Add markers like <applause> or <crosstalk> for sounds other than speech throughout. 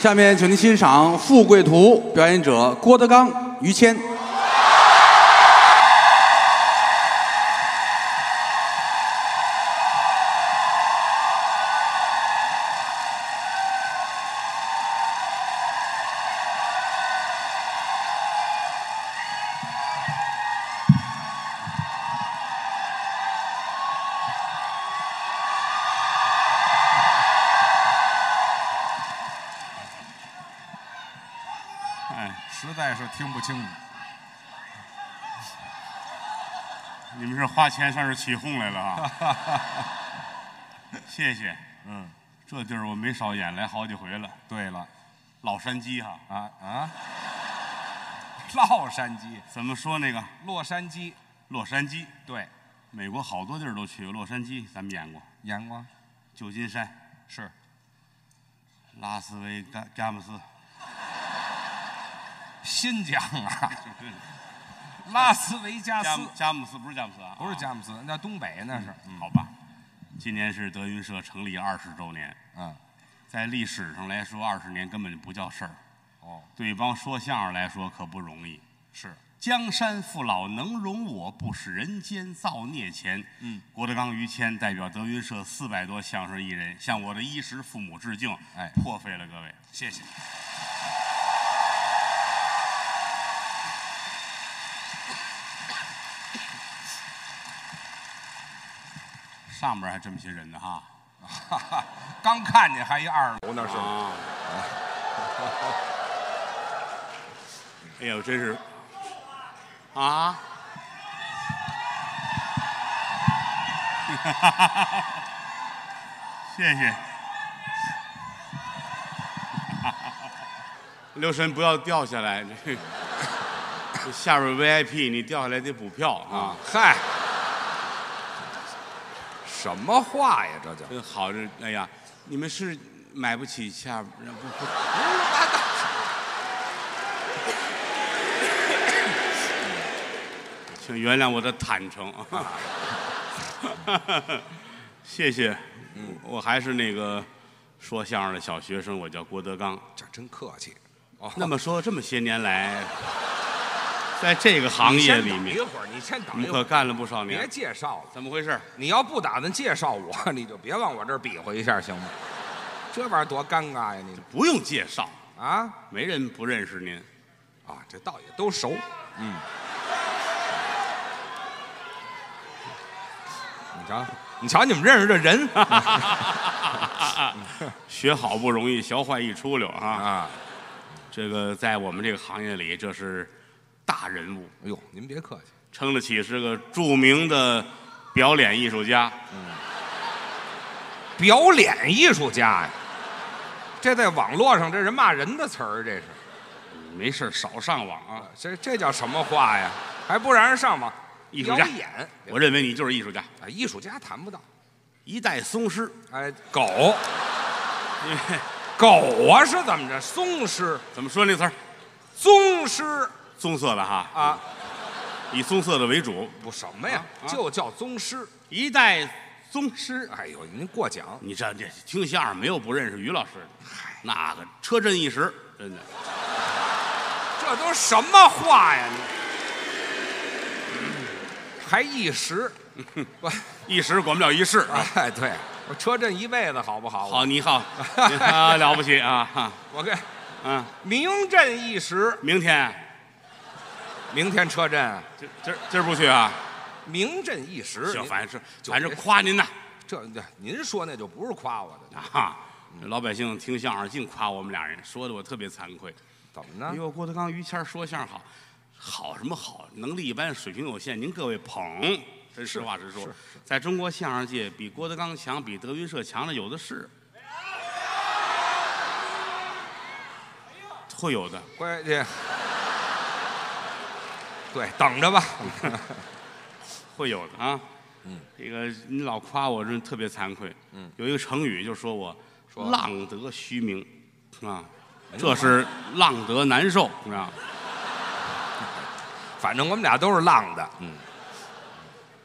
下面，请您欣赏《富贵图》，表演者郭德纲、于谦。哎，实在是听不清楚。你们是花钱上这儿起哄来了啊？ <laughs> 谢谢，嗯，这地儿我没少演来好几回了。对了，老山鸡哈、啊啊， <laughs> 洛杉矶，怎么说那个洛杉矶，洛杉矶？对，美国好多地儿都去过，洛杉矶咱们演过，演过，旧金山、是拉斯维加加姆 <laughs> 斯，新疆啊，就这拉斯维加加斯姆，加姆斯不是加姆斯啊，不是佳木斯，那东北那是，啊，好吧。今年是德云社成立二十周年，嗯，在历史上来说，二十年根本就不叫事儿。哦，对帮说相声来说可不容易。是，江山父老能容我，不使人间造孽钱。嗯，郭德纲、于谦代表德云社四百多相声艺人，向我的衣食父母致敬。哎破费了各位。谢谢。上边还这么些人呢哈。 <laughs> 刚看见还一二楼那是，啊。哎呦，真是啊！ <laughs> 谢谢。 <laughs> 留神不要掉下来，这这 <laughs> 下边 VIP 你掉下来得补票啊！嗨，什么话呀？这叫真好，这哎呀，你们是买不起下边不不请原谅我的坦诚啊！ <laughs> 谢谢，嗯我还是那个说相声的小学生，我叫郭德纲。这真客气。那么说，这么些年来，在这个行业里你先等面嗯一，会儿你先我等一们会可儿，干了不少别年。介绍了。怎么回事？你要不打算介绍我，你就别往我这儿比划一下，行吗？这玩意儿多尴尬呀！你不用介绍，啊没人不认识您。啊，这倒也都熟。嗯，你瞧，你瞧，你们认识这人 <laughs> <laughs> 学好不容易，学坏一出溜啊！啊？这个在我们这个行业里，这是大人物，哎呦，您别客气，撑得起是个著名的表演艺术家。表演艺术家呀，这在网络上这是骂人的词儿，这是没事儿少上网啊！这这叫什么话呀？还不让人上网？艺术家表演，我认为你就是艺术家，啊，艺术家谈不到。一代宗师。哎，狗， <laughs> 狗啊是怎么着？宗师，怎么说那词儿？宗师棕色的哈，啊，以棕色的为主，不什么呀，啊啊就叫宗师。一代宗师。哎呦，您过奖，你这这听相声没有不认识于老师的，那个车震一时，真的。这都什么话呀？你嗯还一 <laughs> 时，我一时管不了一世啊。哎，对我车震一辈子好不好？好， <laughs> 你好，你好了不起啊！哈，我跟嗯，名震一时，明天明天车震啊，今今儿今儿不去啊？名震一时。行，您反正是就反正别夸您呐这这您说那就不是夸我的，啊！老百姓听相声净夸我们俩人，说的我特别惭愧。怎么因为呢？我郭德纲、于谦儿说相声好，好什么好？能力一般，水平有限，您各位捧，真实话实说，在中国相声界，比郭德纲强，比德云社强的有的是，会有的。关键对，等着吧。会有的啊。嗯，这个你老夸我，真特别惭愧。嗯，有一个成语就说我说浪得虚名，啊，哎呦这是浪得难受，你知道吗？反正我们俩都是浪的。嗯，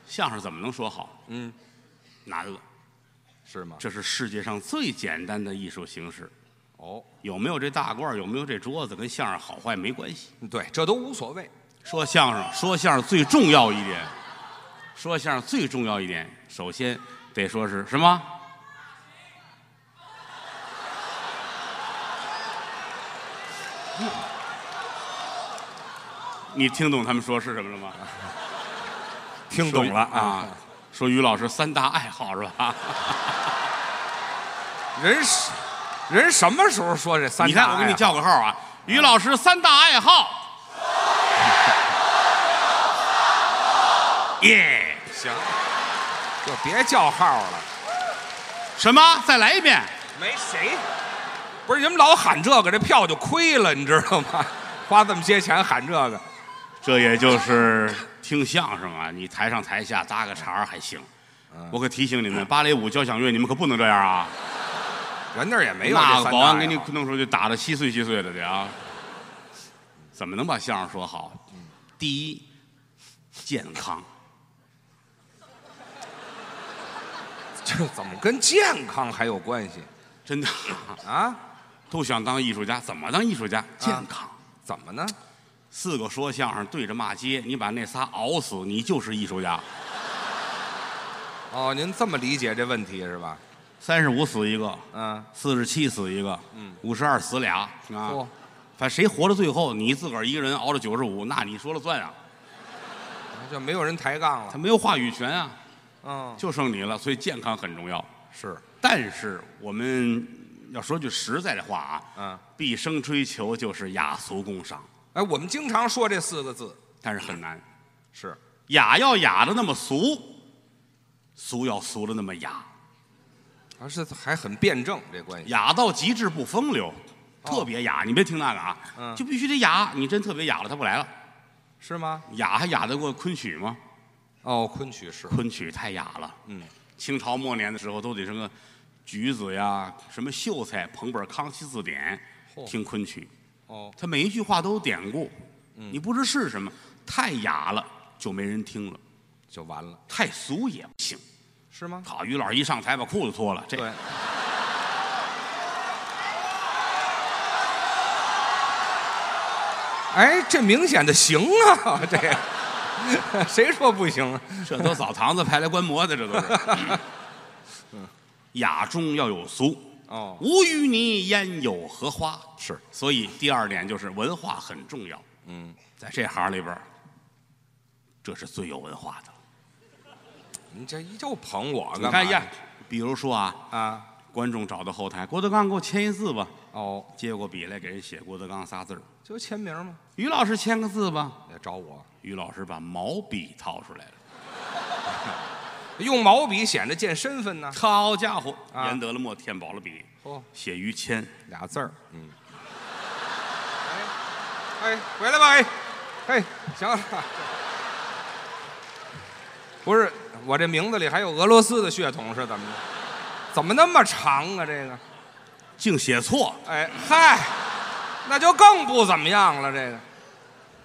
相声怎么能说好？嗯，难了，是吗？这是世界上最简单的艺术形式。哦，有没有这大褂儿，有没有这桌子，跟相声好坏没关系。对，这都无所谓。说相声，说相声最重要一点，说相声最重要一点，首先得说是什么？你听懂他们说是什么了吗？听说啊！说于老师三大爱好是吧？人是人什么时候说这三大你看我给爱你好，叫个号啊，于老师三大爱好。哎耶！行，就别叫号了。什么？再来一遍？没谁，不是你们老喊这个，这票就亏了，你知道吗？花这么些钱喊这个，这也就是听相声啊，你台上台下搭个茬儿还行。嗯我可提醒你们，芭蕾舞、交响乐，你们可不能这样啊！人那儿也没有这那三大个保安爱给你好弄出去打的稀碎稀碎的去啊！怎么能把相声说好？第一，健康。这怎么跟健康还有关系真的啊？都想当艺术家，怎么当艺术嗯家？健康。怎么呢？四个说相声对着骂街，你把那仨熬死，你就是艺术家。哦，您这么理解这问题是吧？三十五死一个，嗯，四十七死一个，五十二死俩啊嚯。反正谁活到最后，你自个儿一个人熬到九十五，那你说了算啊，就没有人抬杠了他。没有话语权啊，嗯，就剩你了。所以健康很重要。是，但是我们要说句实在的话啊，嗯，毕生追求就是雅俗共赏，哎，我们经常说这四个字，但是很难。是雅要雅的那么俗，俗要俗的那么雅，还啊是还很辩证这关系。雅到极致不风流，特别雅。你别听那个啊，嗯就必须得雅。你真特别雅了，他不来了。是吗？雅还雅得过昆曲吗？哦，昆曲是，昆曲太雅了。嗯，清朝末年的时候都得什么橘子呀，什么秀才，捧本《康熙字典》嚯听昆曲，哦，他每一句话都有典故，嗯你不知是什么，太雅了就没人听了，就完了，太俗也不行。是吗？好，于老师一上台把裤子脱了，这对，哎，这明显的行啊，这谁说不行啊？这都澡堂子派来观摩的，这都是。 <laughs> 嗯 <laughs> 雅中要有俗，哦，无与你焉有何花？是，所以第二点就是文化很重要。嗯，在这行里边儿，这是最有文化的。你这又捧我干你嘛？看呀，比如说啊，啊，观众找到后台，郭德纲给我签一字吧，哦，接过笔来给人写郭德纲仨字儿。就签名嘛，于老师签个字吧，也找我，于老师把毛笔掏出来了。用毛笔显得见身份呢。好家伙，啊研得了墨，添饱了笔，哦，写于谦。俩字儿，嗯。哎，哎，回来吧，哎，哎，行了。不是，我这名字里还有俄罗斯的血统是怎么的？怎么那么长啊？这个，竟写错哎嗨，那就更不怎么样了。这个，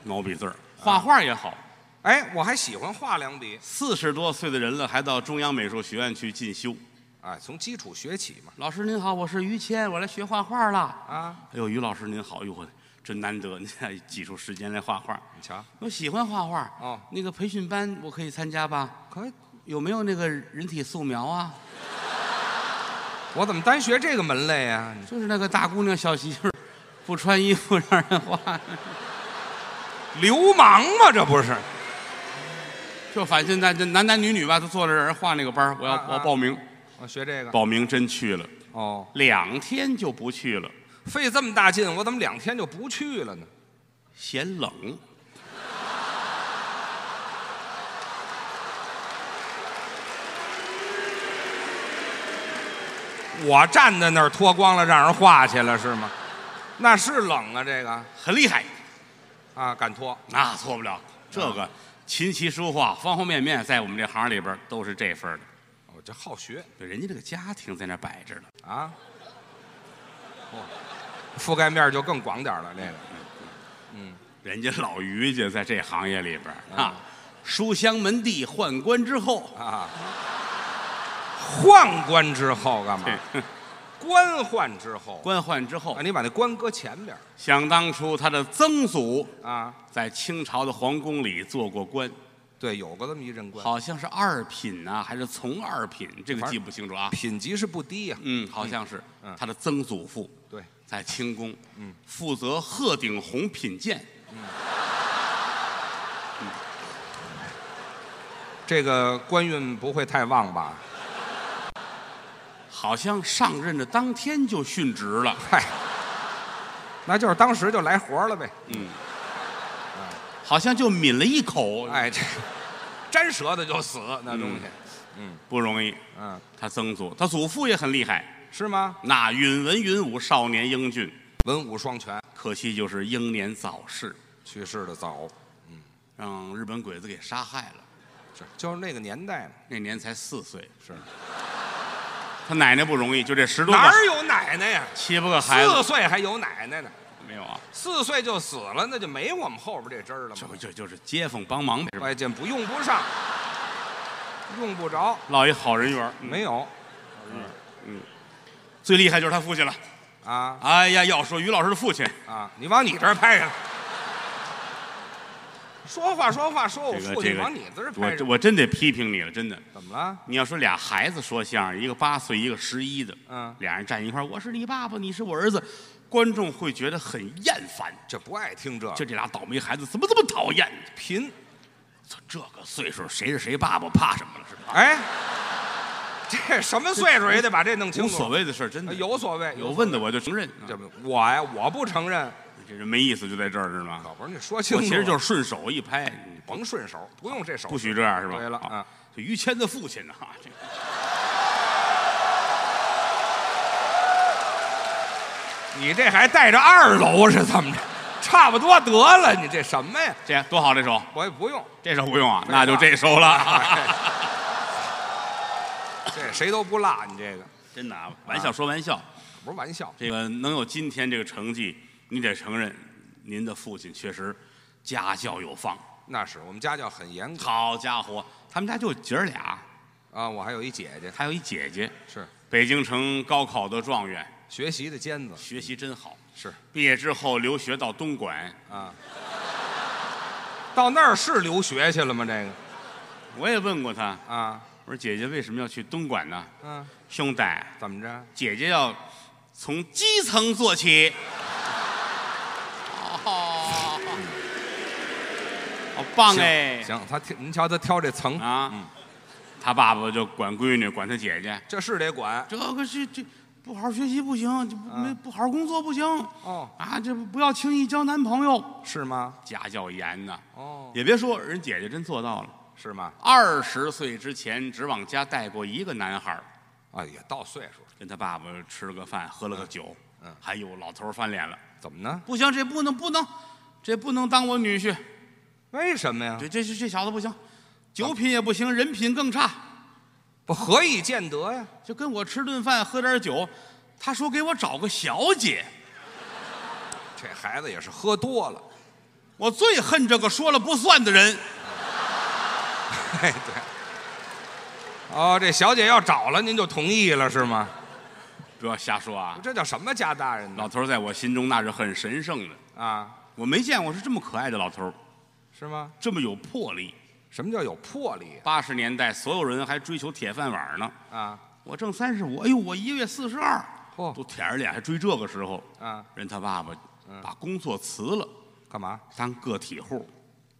毛笔字啊儿，画画也好。哎，我还喜欢画两笔，四十多岁的人了，还到中央美术学院去进修。哎，从基础学起嘛。老师您好，我是于谦，我来学画画了。啊，哎呦，于老师您好，哎呦我真难得，您还挤出时间来画画。你瞧，我喜欢画画哦那个培训班我可以参加吧？可以，有没有那个人体素描啊？我怎么单学这个门类啊？就是那个大姑娘小媳妇儿，不穿衣服让人画，流氓嘛，这不是？就反正那这男男女女吧，都坐着人画那个班儿我要啊啊我报名，我学这个。报名真去了，哦，两天就不去了，费这么大劲，我怎么两天就不去了呢？嫌冷。我站在那儿脱光了，让人画去了是吗？那是冷啊，这个很厉害，啊，敢脱那错不了。这啊个琴棋书画方方面面，在我们这行里边儿都是这份儿的。我哦这好学对人家这个家庭在那儿摆着呢，啊。哦，覆盖面就更广点儿了，这个人家老于家在这行业里边儿啊，书香门第，宦啊官之后，啊。宦官之后干嘛对？官宦之后官宦之后啊，，你把那官搁前边儿想当初他的曾祖啊，在清朝的皇宫里做过官，对，有过这么一任官，好像是二品呐、还是从二品，这个反正记不清楚啊。品级是不低呀、嗯，好像是嗯他的曾祖父对，在清宫，嗯，负责鹤顶红品鉴，这个官运不会太旺吧？好像上任的当天就殉职了。嗨，那就是当时就来活了呗。好像就抿了一口，哎，这粘舌头就死那东西，不容易。嗯，他曾祖，他祖父也很厉害，是吗？那允文允武，少年英俊，文武双全，可惜就是英年早逝，去世的早，让日本鬼子给杀害了。是就是那个年代嘛，那年才四岁，是他奶奶不容易，就这十多哪个儿有奶奶呀？七八个孩四子岁还有奶奶呢，没有啊，四岁就死了，那就没我们后边这汁儿了这嘛。这就是街坊帮忙呗，是吧外见不用不上，用不着，落一好人缘儿。没有最厉害就是他父亲了。啊哎呀，要说于老师的父亲，啊！你往你这儿拍上，说话说话说我这个父这亲个往你这儿，我拍这上，我真得批评你了，真的。怎么了？你要说俩孩子说相声，一个八岁，一个十一的，嗯俩人站一块儿，我是你爸爸，你是我儿子，观众会觉得很厌烦。这不爱听这就这俩倒霉孩子怎么这么讨厌？贫这这个岁数谁是谁爸爸，怕什么了是吧？哎， <laughs> 这什么岁数也得把这弄清无楚。所谓的事儿，真的呃有所谓，哎有问的我就承认，啊这不我呀，我不承认，这人没意思就在这儿是吗？可不是你说清我楚，其实就是顺手一拍，你甭顺手，不用这手，不许这样是吧？对了啊啊，这于谦的父亲呢，哈这你这还带着二楼啊是怎么着？差不多得了，你这什么呀？这样多好这手，我也不用，这手不用啊，废话那就这手 <laughs> 了。这谁都不落，你这个真的啊，玩笑说玩笑，不是玩笑。这个能有今天这个成绩，你得承认您的父亲确实家教有方。那是我们家教很严格好家伙，他们家就姐儿俩，啊，我还有一姐姐，还有一姐姐，是北京城高考的状元，学习的尖子，学习真好。是毕业之后留学到东莞，啊。到那儿是留学去了吗？这个我也问过他，啊，我说姐姐为什么要去东莞呢？嗯、兄弟，怎么着？姐姐要从基层做起。哦，好棒哎！行，他挑您瞧他挑这层，啊，他爸爸就管闺女，管他姐姐，这是得管这个是这不好好学习不行，这不没不好好工作不行。哦，啊，这不不要轻易交男朋友，是吗？家教严呐。哦，也别说，人姐姐真做到了。是吗？二十岁之前只往家带过一个男孩儿，啊，也到岁数了，跟他爸爸吃了个饭，喝了个酒。嗯嗯还有老头儿翻脸了，怎么呢？不行，这不能不能，这不能当我女婿，为什么呀这？这这这小子不行，嗯酒品也不行，人品更差。不何以见得呀？就跟我吃顿饭，喝点酒，他说给我找个小姐，这孩子也是喝多了。 <laughs> 我最恨这个说了不算的人。哎，对。哦，这小姐要找了，您就同意了是吗？不要瞎说啊！这叫什么家大人呢？老头儿在我心中那是很神圣的，啊，我没见过是这么可爱的老头儿，是吗？这么有魄力。什么叫有魄力八十年代，所有人还追求铁饭碗呢。啊？我挣三十五，哎呦，我一个月四十二，嚯都舔着脸还追这个时候。啊，人他爸爸把工作辞了，干嘛？当个体户，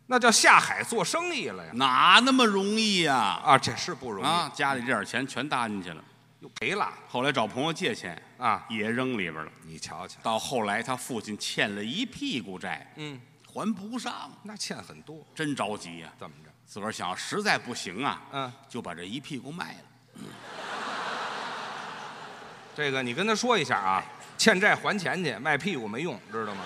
那叫下海做生意了呀！哪那么容易呀？啊，这是不容易，啊，家里这点钱全搭进去了。又赔了后来找朋友借钱，啊！也扔里边了。你瞧瞧，到后来，他父亲欠了一屁股债，嗯，还不上，那欠很多，真着急呀、怎么着？自个儿想，实在不行啊，嗯，就把这一屁股卖了。这个你跟他说一下啊，欠债还钱去，卖屁股没用，知道吗？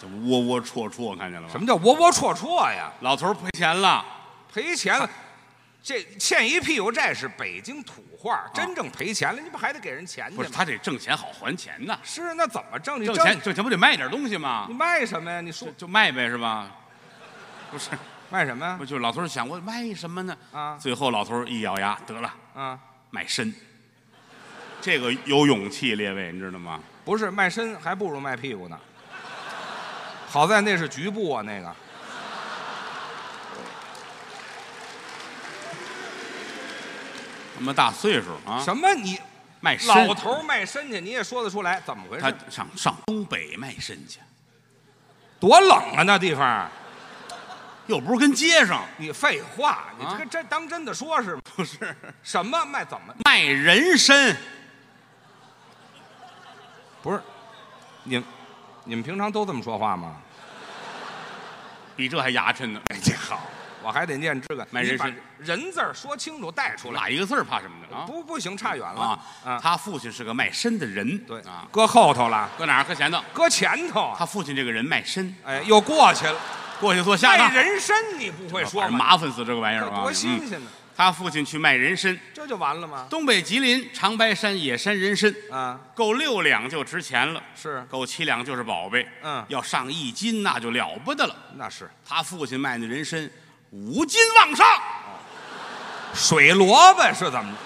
这这窝窝戳戳，看见了吗？什么叫窝窝戳戳呀？老头儿赔钱了，赔钱啊了，这欠一屁股债是北京土话，真正赔钱了，你不还得给人钱啊去不是吗？他得挣钱好还钱呐。是，那怎么挣？你挣钱挣钱不得卖点东西吗你？卖什么呀？你说就就卖呗，是吧？不是，卖什么呀不？就是老头儿想我卖什么呢？啊最后老头儿一咬牙，得了，啊，卖身。这个有勇气，列位，你知道吗？不是卖身还不如卖屁股呢。好在那是局部啊，那个这么大岁数啊，什么你卖身，老头儿卖身去，你也说得出来，怎么回他事？上上东北卖身去，多冷啊那地方！又不是跟街上，你废话，你这啊个真当真的说是吗？不是什么卖怎么？卖人参，不是，你们你们平常都这么说话吗？比这还牙碜呢。哎，这好，我还得念这个，卖人你把参人字儿说清楚带出来，哪一个字儿怕什么的啊？不不行，差远了啊，啊！他父亲是个卖身的人，对啊，，搁后头了，搁哪儿搁前头？搁前头啊，他父亲这个人卖身，哎，又过去了。过去坐下卖呢。人参你不会说反正吗？麻烦死嗯这个玩意儿这啊！多新嗯鲜呢！他父亲去卖人参，这就完了吗？东北吉林长白山野山人参，啊，够六两就值钱了，是够七两就是宝贝。嗯要上一斤那就了不得了。那是他父亲卖那人参五斤往上，水萝卜是怎么着？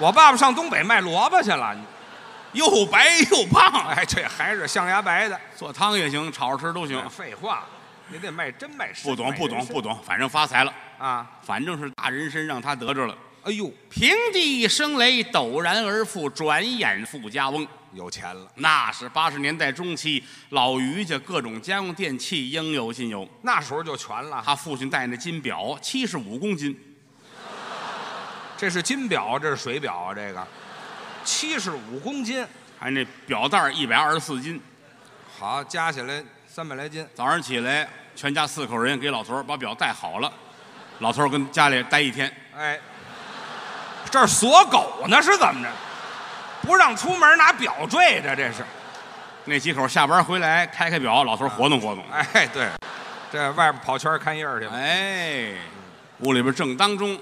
我爸爸上东北卖萝卜去了，你又白又胖，哎，这还是象牙白的。做汤也行，炒着吃都行哎。废话，你得卖真卖实。不懂卖人不懂参不懂，反正发财了，啊！反正是大人参让他得着了。哎呦，平地一声雷，陡然而富，转眼富家翁。有钱了，那是八十年代中期，老于家各种家用电器应有尽有。那时候就全了。他父亲戴那金表，七十五公斤，这是金表，这是水表啊，这个七十五公斤，还那表带一百二十四斤。好，加起来三百来斤。早上起来，全家四口人给老头儿把表戴好了，老头儿跟家里待一天。哎，这儿锁狗呢是怎么着？不让出门拿表坠着，这是。那几口下班回来开开表，老头儿活动活动。哎，对，这外边跑圈儿看叶儿去了。哎，屋里边正当中，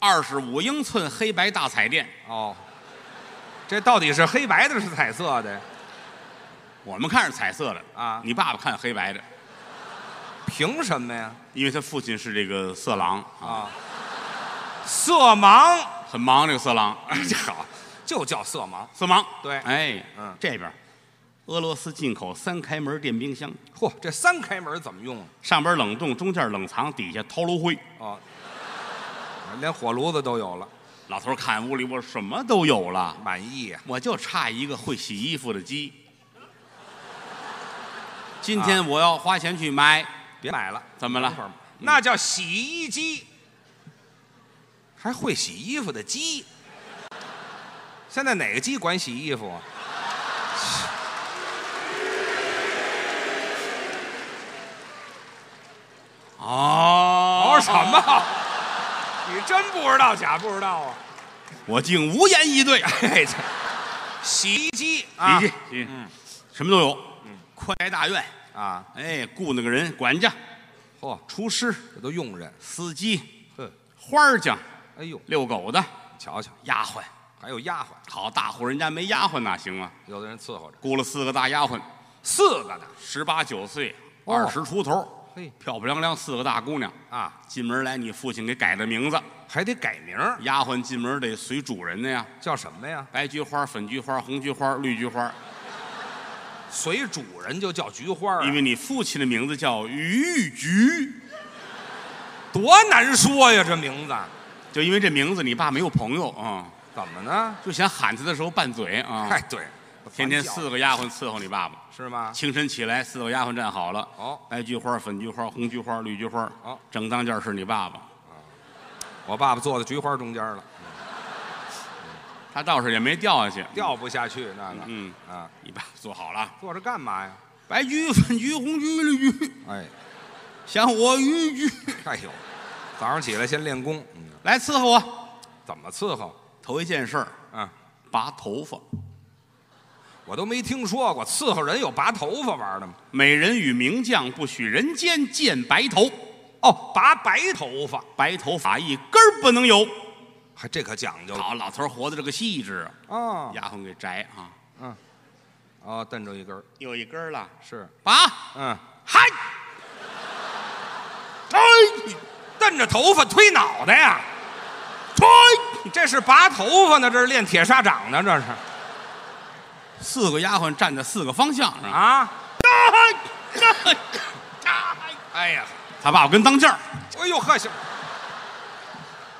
二十五英寸黑白大彩电，哦，这到底是黑白的，是彩色的？我们看是彩色的啊你爸爸看黑白的，凭什么呀？因为他父亲是这个色狼啊，啊，色盲，很忙这个色狼。 <laughs> 哎好，就叫色盲。色盲，对哎，嗯这边儿俄罗斯进口三开门电冰箱，嚯，这三开门怎么用啊？上边冷冻，中间冷藏，底下掏炉灰。哦，连火炉子都有了，老头儿看屋里，我什么都有了，满意呀、我就差一个会洗衣服的机。今天我要花钱去买，别买了，怎么等会儿了？那叫洗衣机，还会洗衣服的机。现在哪个机管洗衣服啊？哦，什么？ <laughs> 你真不知道假不知道啊？我竟无言以对。 <laughs> 哎，这洗衣机啊，嗯洗衣机，什么都有，宽宅大院，啊，哎，雇那个人，管家、嚯，厨师、这都佣人，司机、哼，花儿匠、哎呦，遛狗的、瞧瞧，丫鬟。还有丫鬟，好，大户人家没丫鬟哪行啊？有的人伺候着，雇了四个大丫鬟，四个呢，十八九岁，哦二十出头，嘿漂漂亮亮四个大姑娘。啊，进门来，你父亲给改的名字，还得改名儿，丫鬟进门得随主人的呀，叫什么呀？白菊花、粉菊花、红菊花、绿菊花，随主人就叫菊花啊因为你父亲的名字叫于玉菊，多难说呀，这名字就因为这名字，你爸没有朋友啊、怎么呢？就想喊他的时候拌嘴啊、哎，对，天天烦四个丫鬟伺候你爸爸。叫是吗？清晨起来，四个丫鬟站好了。哦白菊花、粉菊花、红菊花、绿菊花。哦正当间是你爸爸，我爸爸坐在菊花中间了，他倒是也没掉下去。掉不下去那个，嗯，啊，你爸坐好了。坐着干嘛呀？白菊、粉菊、红菊、绿菊，哎，想我于菊哎呦，早上起来先练功，嗯，来伺候我。怎么伺候头一件事儿，啊？拔头发。我都没听说过伺候人有拔头发玩的吗？美人与名将不许人间见白头，哦，拔白头发，白头发一根儿不能有。还这可讲究了好，老头儿活的这个细致啊，啊！丫鬟给摘啊，哦，蹬着一根儿有一根儿了，是，拔，嗯，嗨，哎，蹬着头发推脑袋呀，吹，你这是拔头发呢，这是练铁砂掌呢，这是四个丫鬟站在四个方向上。啊！哎哎呀，他爸爸跟当劲儿，哎呦呵，行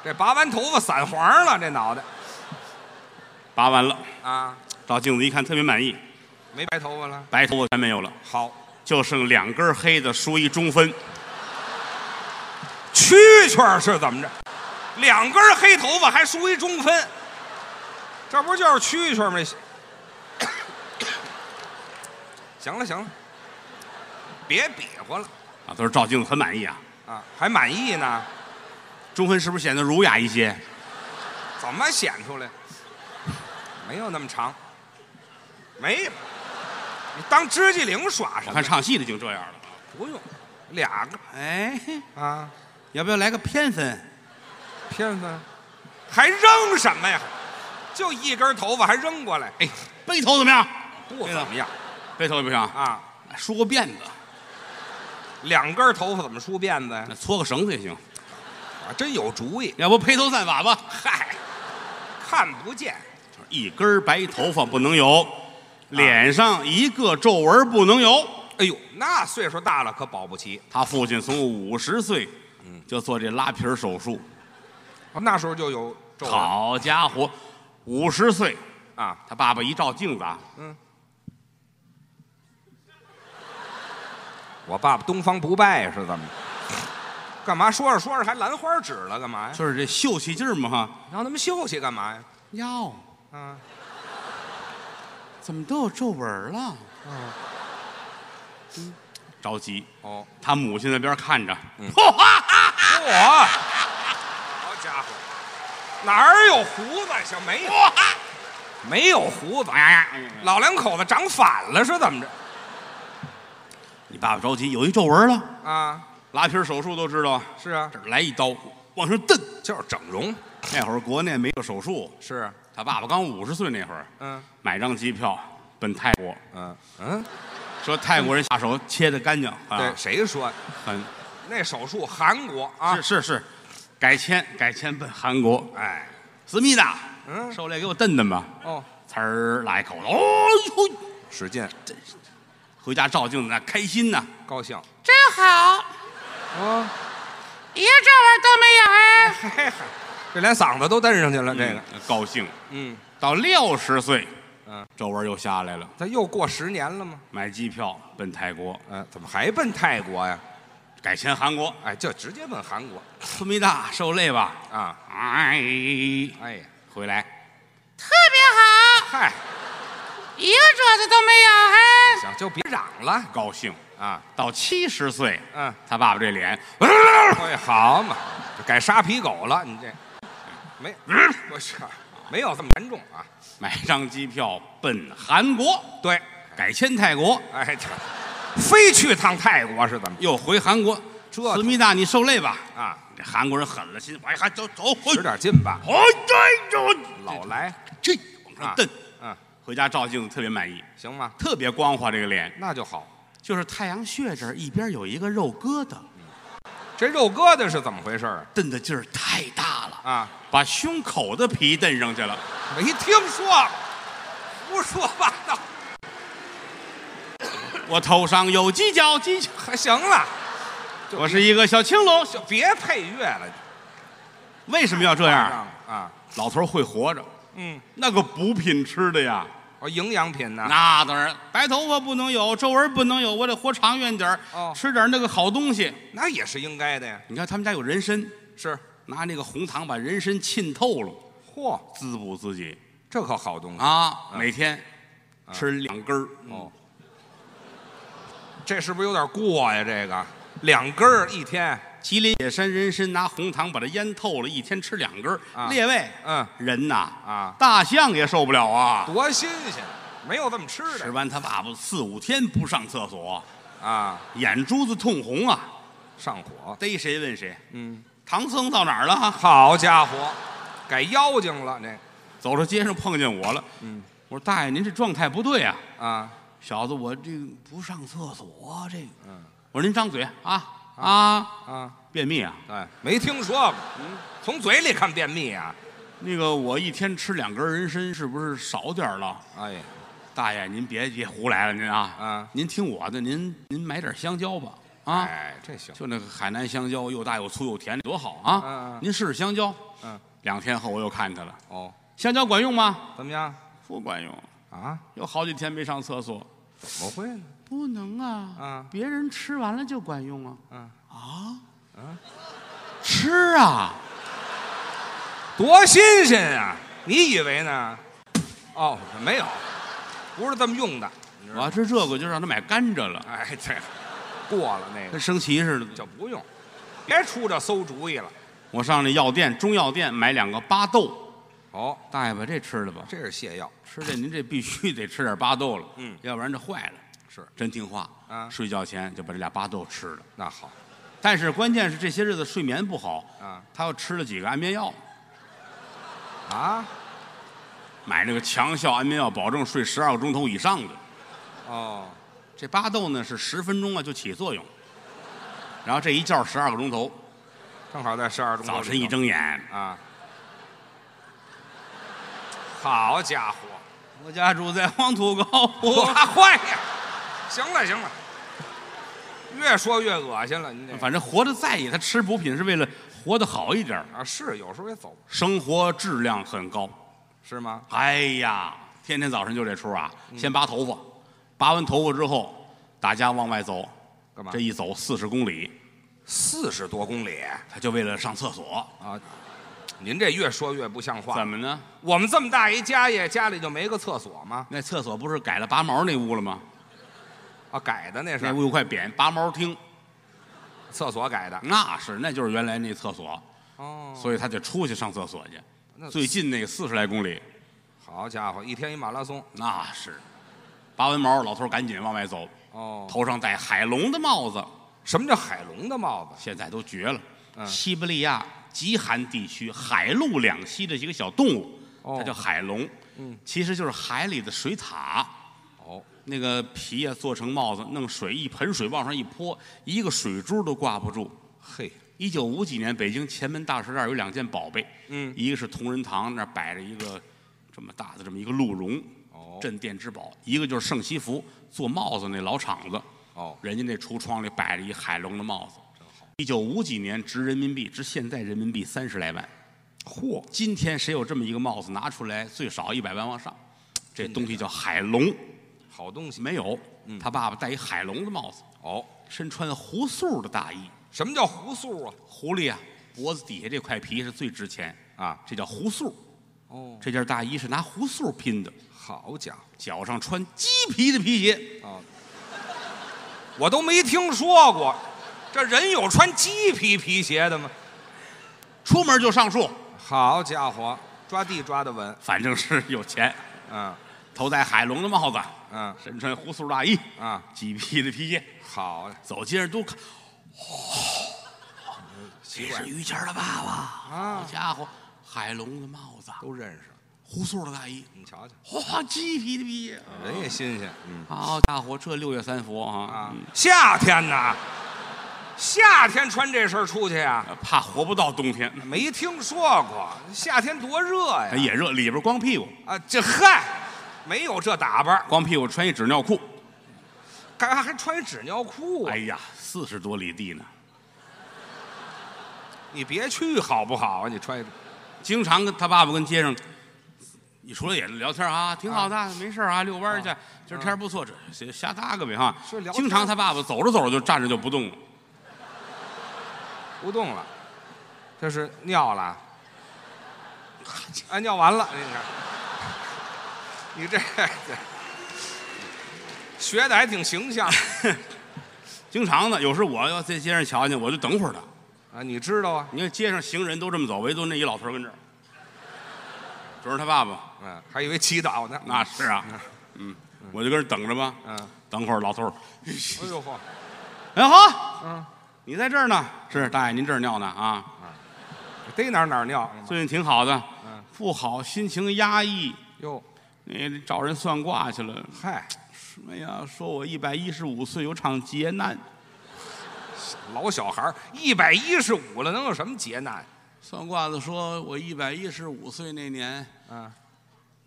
这拔完头发散黄了，这脑袋拔完了，啊，照镜子一看，特别满意，没白头发了。白头发全没有了，好，就剩两根黑的，梳一中分。蛐蛐是怎么着？两根黑头发还梳一中分，这不就是蛐蛐吗？ <coughs> 行了行了，别比划了啊，他说照镜子很满意啊，啊，还满意呢？中分是不是显得儒雅一些？怎么显出来？没有那么长，没有，你当知技灵耍我什么看？唱戏的已经这样了。不用，俩个哎，啊，要不要来个偏分？骗子，还扔什么呀？就一根头发还扔过来，哎，背头怎么样？不怎么样背头也不行，啊。梳个辫子，两根头发怎么梳辫子呀？那搓个绳子也行。啊，真有主意。要不披头散发吧？嗨，看不见，一根白头发不能有，脸上一个皱纹不能有。哎呦，那岁数大了可保不齐。他父亲从五十岁就做这拉皮儿手术，哦那时候就有皱纹好家伙，五十岁，啊，他爸爸一照镜子啊，我爸爸东方不败是怎么着？干嘛说着说着还兰花指了？干嘛呀？就是这秀气劲儿嘛哈。让他们休息干嘛呀？哟，啊，怎么都有皱纹了？嗯着急，哦，他母亲那边看着，我，好家伙，哪儿有胡子？小没有，没有胡子，哎老两口子长反了是怎么着？你爸爸着急，有一皱纹了，啊，拉皮儿手术都知道，是啊这，儿来一刀往上蹬。就是整容，那会儿国内没有手术，是啊，他爸爸刚五十岁那会儿，嗯买张机票奔泰国，嗯嗯。说泰国人下手切的干净对啊，，谁说很那手术韩国啊是？是是，改签改签奔韩国，哎，思密达，嗯受累给我蹬蹬吧，哦，呲儿拉一口子，哦呦，使劲，回家照镜子那开心呐，高兴真好，哦，一个皱纹都没有哎。嘿嘿，这连嗓子都蹬上去了，这个，嗯高兴。嗯，到六十岁，嗯，皱纹又下来了，他又过十年了吗？买机票奔泰国，嗯，怎么还奔泰国呀？改签韩国，哎，就直接奔韩国思密达受累吧，啊！哎，哎呀，回来特别好，嗨，啊一个褶子都没有哎。行，就别嚷了高兴。啊！到七十岁，嗯，他爸爸这脸， <laughs> 哎，好嘛，改沙皮狗了，你这没，嗯不是没有这么严重啊？买张机票奔韩国，对，改签泰国，哎，这非去趟泰国是怎么又回韩国。折腾思密达，你受累吧。啊？这韩国人狠了心，哎，还走走，回使点劲吧，哎，这这老来这往上蹬，啊，回家照镜子特别满意，行吗？特别光滑这个脸，那就好。就是太阳穴这儿一边有一个肉疙瘩，这肉疙瘩是怎么回事儿蹬的劲儿太大了，啊？把胸口的皮蹬上去了。没听说，胡说八道，我头上有犄角，犄角，还行了，就我是一个小青龙。就别配乐了，为什么要这样？啊，老头儿会活着，嗯，那个补品吃的呀，哦，营养品呢？那当然，白头发不能有，皱纹不能有，我得活长远点儿，哦吃点儿那个好东西。那也是应该的呀，你看他们家有人参，是。拿那个红糖把人参浸透了，嚯，滋补自己这可好东西，啊，每天吃两根儿。啊哦这是不是有点过呀？这个两根儿一天，吉林野山人参拿红糖把它腌透了，一天吃两根儿。啊列位，嗯，人呐，啊大象也受不了啊。多新鲜，没有这么吃吃的完他爸爸四五天不上厕所，啊，眼珠子通红啊。上火。逮谁问谁，嗯，唐僧到哪儿了哈？好家伙，改妖精了这走到街上碰见我了，嗯，我说大爷您这状态不对啊，啊。小子我这个不上厕所啊这个，嗯，我说您张嘴啊啊，啊，便秘啊，嗯哎，没听说过，从嘴里看便秘啊，那个我一天吃两根人参是不是少点儿了？哎，大爷，您别别胡来了，您啊，嗯您听我的，您您买点香蕉吧，啊，哎，这行，就那个海南香蕉，又大又粗又甜，多好啊！嗯嗯您试试香蕉。嗯，两天后我又看他了，哦，香蕉管用吗？怎么样不管用，啊？有好几天没上厕所。怎么会呢？不能啊，嗯别人吃完了就管用啊。嗯啊，吃啊，多新鲜啊！你以为呢？哦，没有，不是这么用的。你知道我要吃这个就让他买甘蔗了，哎，对，过了那个跟升旗似的。就不用，别出这馊主意了。我上那药店，中药店买两个巴豆，哦，大爷把这吃了吧，这是泻药，吃这您这必须得吃点巴豆了，嗯要不然这坏了。是真听话啊睡觉前就把这俩巴豆吃了。那好但是关键是这些日子睡眠不好，啊他又吃了几个安眠药，啊买那个强效安眠药，保证睡十二个钟头以上的。哦，这巴豆呢是十分钟啊就起作用，然后这一觉十二个钟头，正好在十二中早晨一睁眼，啊，好家伙，我家住在黄土 <laughs> 高我坡。坏呀！行了行了，越说越恶心了，您这反正活得在意，他吃补品是为了活得好一点儿，啊是有时候也走生活质量很高。是吗？哎呀，天天早晨就这出啊！嗯先拔头发，拔完头发之后，大家往外走，干嘛这？一走四十公里，四十多公里他就为了上厕所，啊！您这越说越不像话。怎么呢？我们这么大一家业，家里就没个厕所吗？那厕所不是改了拔毛那屋了吗？啊，改的那那是屋有块匾，拔毛厅，厕所改的。那是那就是原来那厕所，哦，所以他得出去上厕所去。那嗯最近那四十来公里，好家伙，一天一马拉松。那是拔完毛，老头儿赶紧往外走，哦，头上戴海龙的帽子，什么叫海龙的帽子？现在都绝了。嗯西伯利亚极寒地区海陆两栖的一个小动物，哦它叫海龙，嗯其实就是海里的水獭。哦，那个皮啊做成帽子，弄水一盆水往上一泼，一个水珠都挂不住。嘿，一九五几年，北京前门大栅栏有两件宝贝，嗯一个是同仁堂那儿摆着一个这么大的这么一个鹿茸，哦镇店之宝；一个就是盛西福做帽子那老厂子，哦，人家那橱窗里摆着一海龙的帽子，一九五几年值人民币，值现在人民币三十来万。嚯，今天谁有这么一个帽子拿出来，最少一百万往上，这东西叫海龙。好东西。没有，他爸爸戴一海龙的帽子，哦，身穿胡素的大衣。什么叫胡素啊？狐狸啊，脖子底下这块皮是最值钱啊，这叫胡素。哦，这件大衣是拿胡素拼的，好家伙，脚上穿鸡皮的皮鞋，我都没听说过，这人有穿鸡皮皮鞋的吗？出门就上树，好家伙，抓地抓得稳。反正是有钱。嗯头戴海龙的帽子，嗯啊身穿胡素大衣，啊，鸡皮的皮鞋，好嘞走街上都看，哦，啊这是于谦儿的爸爸，好家伙，海龙的帽子，都认识了。胡素的大衣，你瞧瞧，哇，鸡皮的皮鞋，人也新鲜。嗯好家伙，这六月三伏啊，啊，夏天呐，夏天穿这身儿出去啊？嗯怕活不到冬天，没听说过，夏天多热呀！也热，里边光屁股，啊，这嗨，没有这打扮，光屁股穿一纸尿裤，干还穿一纸尿裤啊哎？呀，四十多里地呢，你别去好不好啊？你穿一经常跟他爸爸跟街上，你出来也聊天啊，挺好的，没事啊，遛弯儿去，今儿天儿不错，这这瞎搭个呗哈是聊。天经常他爸爸走着走着就站着就不动了，不动了，这是尿了，啊，尿完了，你看，你这 <laughs> 学的还挺形象 <laughs> 经常的。有时我要在街上瞧见，我就等会儿他。啊！你知道啊？你看街上行人都这么走，唯独那一老头儿跟这儿，主要是他爸爸，嗯，还以为祈祷呢。那是啊，嗯，我就跟这儿等着吧。嗯，等会儿老头儿，哎呦嚯，哎好，嗯，你在这儿呢？是大爷，您这儿尿呢啊？逮哪儿哪儿尿了吗？最近挺好的，嗯，不好，心情压抑，哟，你哎找人算卦去了。哎嗨，哎呀，说我一百一十五岁有场劫难，老小孩儿一百一十五了，能有什么劫难？算卦的说，我一百一十五岁那年，嗯，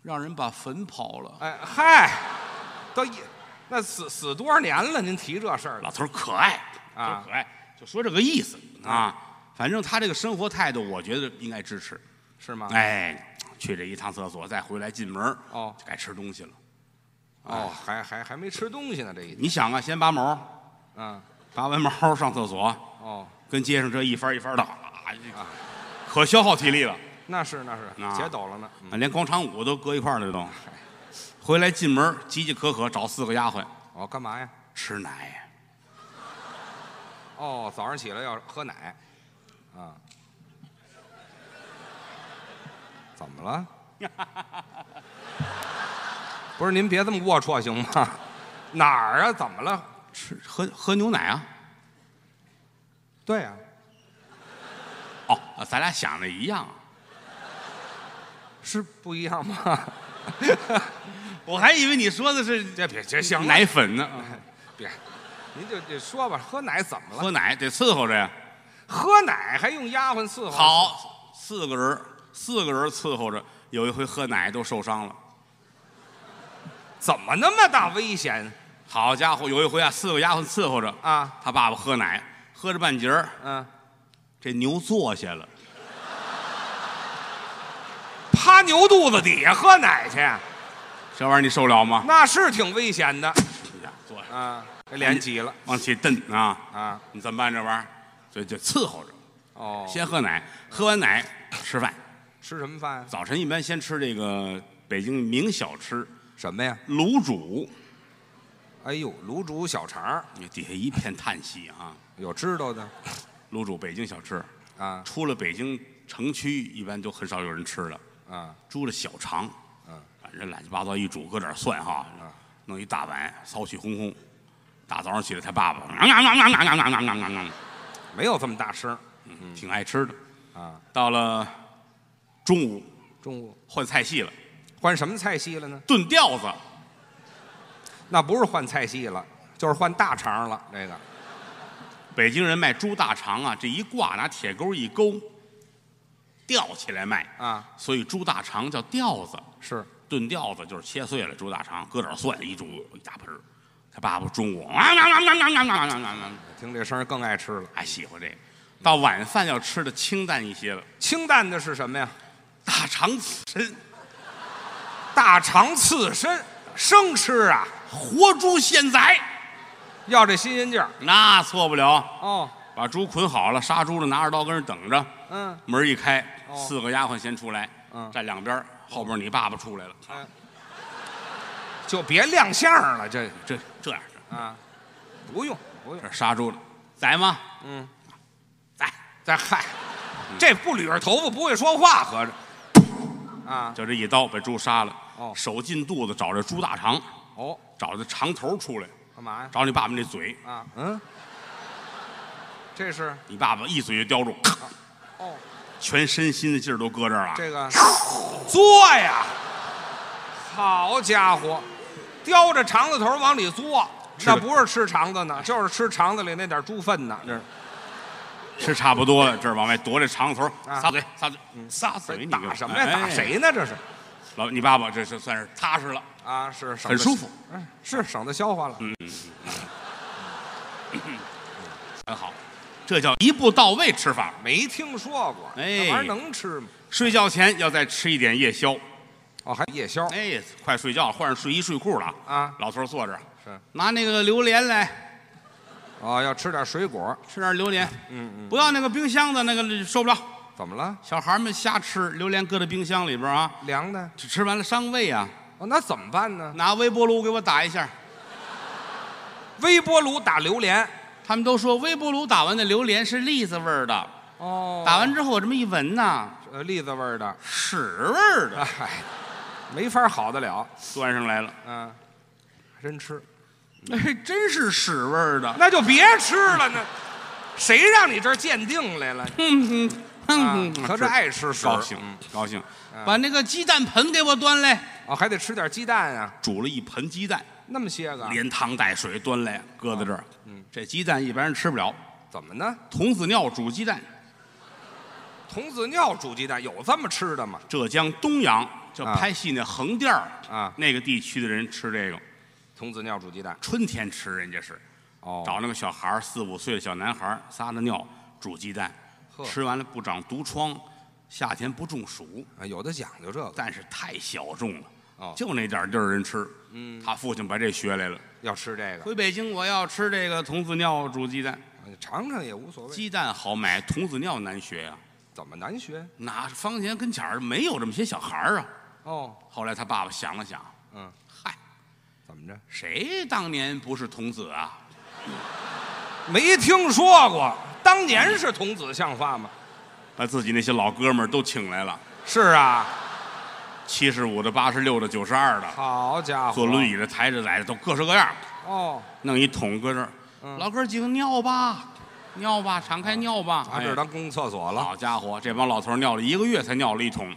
让人把坟刨了。哎嗨，都一那死死多少年了？您提这事儿了老头儿可爱啊就可爱，就说这个意思啊。反正他这个生活态度，我觉得应该支持。是吗？哎，去这一趟厕所，再回来进门儿哦就该吃东西了。哦，还还还没吃东西呢，这一天你想啊，先拔毛，嗯拔完毛上厕所，哦，跟街上这一番一番的，啊这个可消耗体力了，那是那是，啊解抖了呢。嗯啊连广场舞都搁一块儿了都。 <laughs> 回来进门儿饥饥渴渴，找四个丫鬟哦，干嘛呀？吃奶，哦，早上起来要喝奶，啊，怎么了？ <laughs> 不是您别这么龌龊行吗？ <laughs> 哪儿啊？怎么了？吃喝喝牛奶啊。对啊呀、哦，啊咱俩想的一样。啊是不一样 <laughs> 吗？我还以为你说的是嗯这别这行了奶粉呢，别，您就就说吧，喝奶怎么了？喝奶得伺候着呀。喝奶还用丫鬟伺候？，好，四个人儿，四个人儿伺候着，有一回喝奶都受伤了。怎么那么大危险好家伙，有一回啊，四个丫鬟伺候着，啊？他爸爸喝奶，喝着半截儿，嗯，这牛坐下了，趴牛肚子底下喝奶去，这玩意儿你受了吗？那是挺危险的哎呀坐下，啊！这脸挤了往起蹬啊！啊！你怎么办这玩意儿？就就伺候着，哦，先喝奶，喝完奶吃饭。吃什么饭啊呀？早晨一般先吃这个北京名小吃什么呀？卤煮，哎呦，卤煮小肠儿，你底下一片叹息啊！有知道的卤煮北京小吃，啊出了北京城区一般都很少有人吃了。啊！猪的小肠，嗯，反正乱七八糟一煮，搁点蒜哈，弄一大碗，骚气烘烘。大早上起来，他爸爸，嗯嗯嗯嗯嗯嗯嗯嗯没有这么大声儿嗯挺爱吃的。啊！到了中午中午换菜系了，换什么菜系了呢？炖吊子，那不是换菜系了，就是换大肠儿了。这个北京人卖猪大肠啊，这一挂拿铁钩一勾，吊起来卖，啊所以猪大肠叫吊子。是炖吊子就是切碎了猪大肠，搁点蒜一煮，一大盆儿。他爸爸中午，啊啊啊啊啊啊啊啊啊！听这声儿更爱吃了。还喜欢这个。到晚饭要吃的清淡一些了，清淡的是什么呀？大肠刺身、大肠刺身，生吃啊，活猪现宰，要这新鲜劲儿那错不了。哦。把猪捆好了，杀猪的拿着刀跟那儿等着，嗯，门一开，哦四个丫鬟先出来，嗯站两边儿，后边你爸爸出来了，就别亮相儿了，这这这样式啊，不用不用这，杀猪的，宰吗？嗯，宰，再嗨，这不捋着头发不会说话，合着啊，就这一刀把猪杀了，哦手进肚子找着猪大肠，哦，找着肠头出来，干嘛呀？找你爸爸那嘴，啊，嗯，这是你爸爸一嘴就叼住，咔哦，全身心的劲儿都搁这儿了。这个嘬呀，好家伙，叼着肠子头往里嘬，吃的那不是吃肠子呢，就是吃肠子里那点猪粪呢，这是吃差不多了，这儿往外夺这肠头，啊撒嘴撒嘴撒嘴，你打个什么呀？打？哎谁呢？这是老你爸爸这是算是踏实了，啊，是省很得舒服，嗯嗯，是省得消化了，很好，这叫一步到位吃法。没听说过，哎那玩意儿能吃吗？睡觉前要再吃一点夜宵，哦，还夜宵哎，快睡觉了，换上睡衣睡裤了啊！啊，老头儿坐着，是拿那个榴莲来哦，要吃点水果，吃点榴莲，嗯嗯，不要那个冰箱的那个受不了，怎么了？小孩儿们瞎吃，榴莲搁在冰箱里边啊，凉的这吃完了伤胃啊！哦，那怎么办呢？拿微波炉给我打一下。微波炉打榴莲他们都说微波炉打完的榴莲是栗子味儿的，哦打完之后我这么一闻呐。呃栗子味儿的，屎味儿 <laughs> 的哎，没法好得了，端上来了，嗯，还真吃，哎，真是屎味儿的。那就别吃了那。谁让你这儿鉴定来了？嗯哼，啊哼哼，合着爱吃屎，高兴嗯高兴，把那个鸡蛋盆给我端来，哦，还得吃点鸡蛋啊，煮了一盆鸡蛋，那么些个，连汤带水端来，搁在这儿。这鸡蛋一般人吃不了，怎么呢？童子尿煮鸡蛋，童子尿煮鸡蛋有这么吃的吗？浙江东阳，就啊拍戏那横店儿啊那个地区的人吃这个，童子尿煮鸡蛋春天吃，人家是哦找那个小孩儿四五岁的小男孩儿撒的尿煮鸡蛋，呵吃完了不长毒疮，夏天不中暑，啊，有的讲究这个，但是太小众了，哦就那点儿地儿人吃。嗯，他父亲把这学来了，要吃这个，回北京我要吃这个童子尿煮鸡蛋，尝尝也无所谓。鸡蛋好买，童子尿难学啊呀、怎么难学？哪坊前跟前儿没有这么些小孩儿啊。哦，后来他爸爸想了想，嗯，嗨，怎么着？谁当年不是童子啊？没听说过，当年是童子像话吗？把自己那些老哥们儿都请来了，是啊，七十五的、八十六的、九十二的，好家伙，坐轮椅的、抬着来的，都各式各样儿，哦，弄一桶搁这儿。嗯老哥儿几个尿吧，尿吧，敞开尿吧。啊拿这儿哎当公共厕所了，好家伙，这帮老头儿尿了一个月才尿了一桶，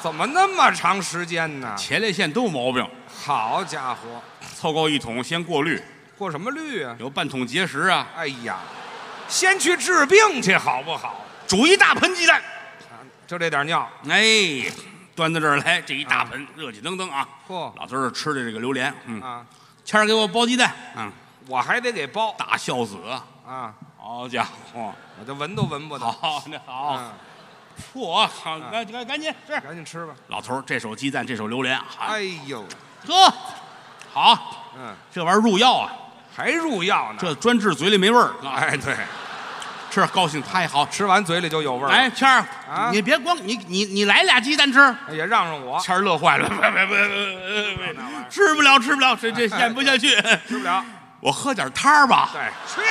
怎么那么长时间呢？前列腺都有毛病，好家伙，凑够一桶先过滤，过什么绿啊？有半桶结石啊，哎呀，先去治病去好不好？煮一大盆鸡蛋，啊就这点尿，哎，端到这儿来，这一大盆热气腾腾啊。嚯老头儿吃的这个榴莲，嗯，啊，谦儿给我包鸡蛋，嗯，我还得给包大孝子啊，啊，好家伙，我这闻都闻不到。好，那好，啊，嚯，好，赶赶赶紧吃。赶紧吃吧。老头儿这手鸡蛋，这手榴莲，嗯哎哎，呦，呵，好，嗯，这玩意儿入药啊，还入药呢。这专治嘴里没味儿，哎，嗯哎，对，吃高兴太好。吃完嘴里就有味儿了。哎，谦啊儿，你别光你你你来俩鸡蛋吃，哎，也让让我谦儿乐坏 <laughs> 了，别别别别别，吃不了吃不了，这这咽不下去，吃不了。我喝点汤儿吧。对，去。